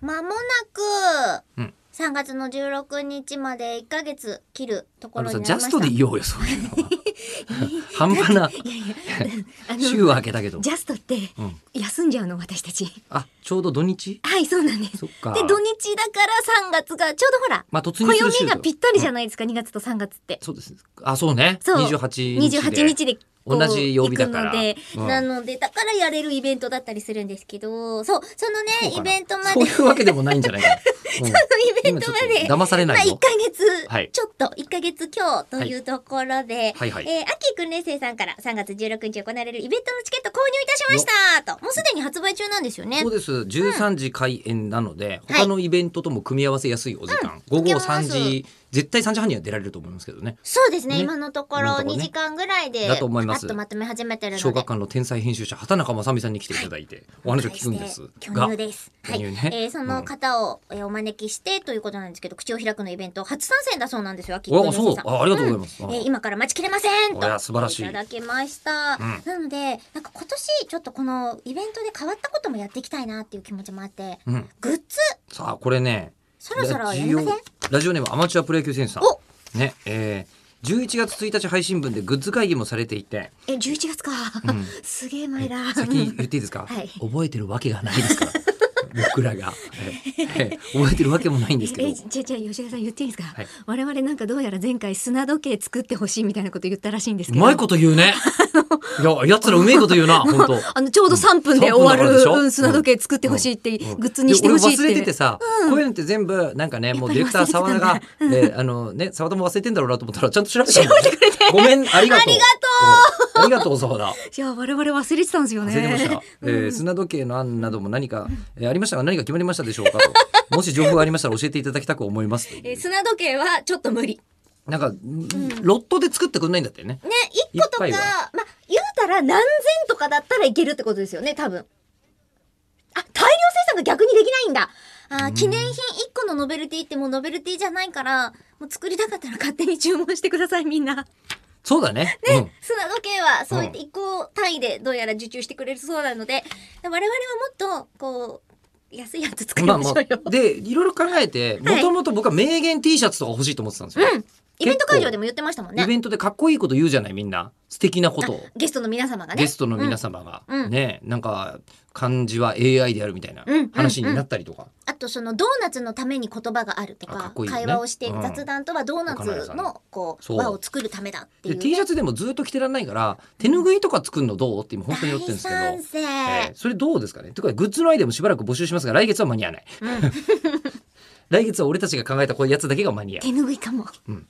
まもなく、うん3月の16日まで1ヶ月切るとこあろのさになジりャましたストで言おうよそういうの は半端ないやいやあの週は明けたけどジャストってうん休んじゃうの私たちあちょうど土日はいそうなんですそっかで土日だから3月がちょうどほらまあ突入する週暦だがぴったりじゃないですか、2月と3月ってそうですあそうねそう28日で28日でこう同じ曜日だか行らくので、うんなのでだからやれるイベントだったりするんですけどそうそのねそうかなイベントまそうでいうわけでもないんじゃないかな、 うんイベン今ちトょまでっと騙されまあない1のヶ月、はいちょっと1ヶ月今日というところで、はいはいえー秋訓練生さんから3月16日に行われるイベントのチケット購入いたしましたともうすでに発売中なんですよねそうです13時開演なので、はい他のイベントとも組み合わせやすいお時間、午後いけます3時絶対3時半には出られると思いますけどねそうですねね今のところ今のところ2ね時間ぐらいでだと思いますパッとまとめ始めてるので小学館の天才編集者畑中正美さんに来ていただいてお話を聞くんです巨が乳です。は巨い、乳ねえーその方を、えーお招きしてということなんですけど、口を開くのイベント初参戦だそうなんですよ。秋お訓あそうさん。あありがとうございます、えー今から待ちきれませんとおや素晴らしいいただきました、んなのでなんか今年ちょっとこのイベントで変わったこともやっていきたいなっていう気持ちもあってうんうん、グッズさあこれねそろそろラやジりまオせんラジオネームアマチュアプロ野球選手さおんねえー、11月1日配信分でグッズ会議もされていて、え11月か、んすげえ前だ先言っていいです か、はい覚えてるわけがないですから 僕らが、えーえー覚えてるわけもないんですけどえじゃじゃあ吉田さん言っていいですか、はい我々なんかどうやら前回砂時計作ってほしいみたいなこと言ったらしいんですうけどまいこと言 うねいややつらうめえこと言うな本当あのちょうど3分で終わうん3分る、で終わるでしょうん砂時計作ってほしいって、うんグッズにしてほしいって。で俺忘れててさ、こういうのって全部なんかねもうディレクター澤田が澤、えーあのね、沢田も忘れてんだろうなと思ったらちゃんと調べて,、てくれてごめんありがとううんありがとう澤田じゃあ我々忘れてたんですよね。忘れてました、えー砂時計の案なども何か、えーありましたが何か決まりましたでしょうかと もし情報がありましたら教えていただきたく思いますというえー砂時計はちょっと無理。なんか、ロットで作ってくんないんだってねね、1個とか、いっぱいまはあ、言うたら何千とかだったらいけるってことですよね、多分。あ、大量生産が逆にできないんだ。あー記念品1個のノベルティってもうノベルティじゃないから、もう作りたかったら勝手に注文してください、みんな。そうだねうん砂時計はそういった一個単位でどうやら受注してくれるそうなので、我々はもっとこう安いやつ作りまあましょまうよ、あ、でいろいろ考えてもはいともと僕は名言 T シャツとか欲しいと思ってたんですよ、イベント会場でも言ってましたもんイねベントでかっこいいこと言うじゃないみんな素敵なことを、ゲストの皆様がねゲストの皆様が、うんうんねなんか漢字は AI であるみたいなうん話になったりとか、あとそのドーナツのために言葉があるとかあかっこいいよね会話をして、うん雑談とはドーナお金屋ツさんのこそうう輪を作るためだっていう、で T シャツでもずっと着てらんないから手ぬぐいとか作るのどうって今本当に言ってるんですけど、大賛成、えーそれどうですかねというかグッズのアイデアもしばらく募集しますが来 月は間に合わない来月は俺たちが考えたこういうやつだけが間に合う手ぬぐいかも、うん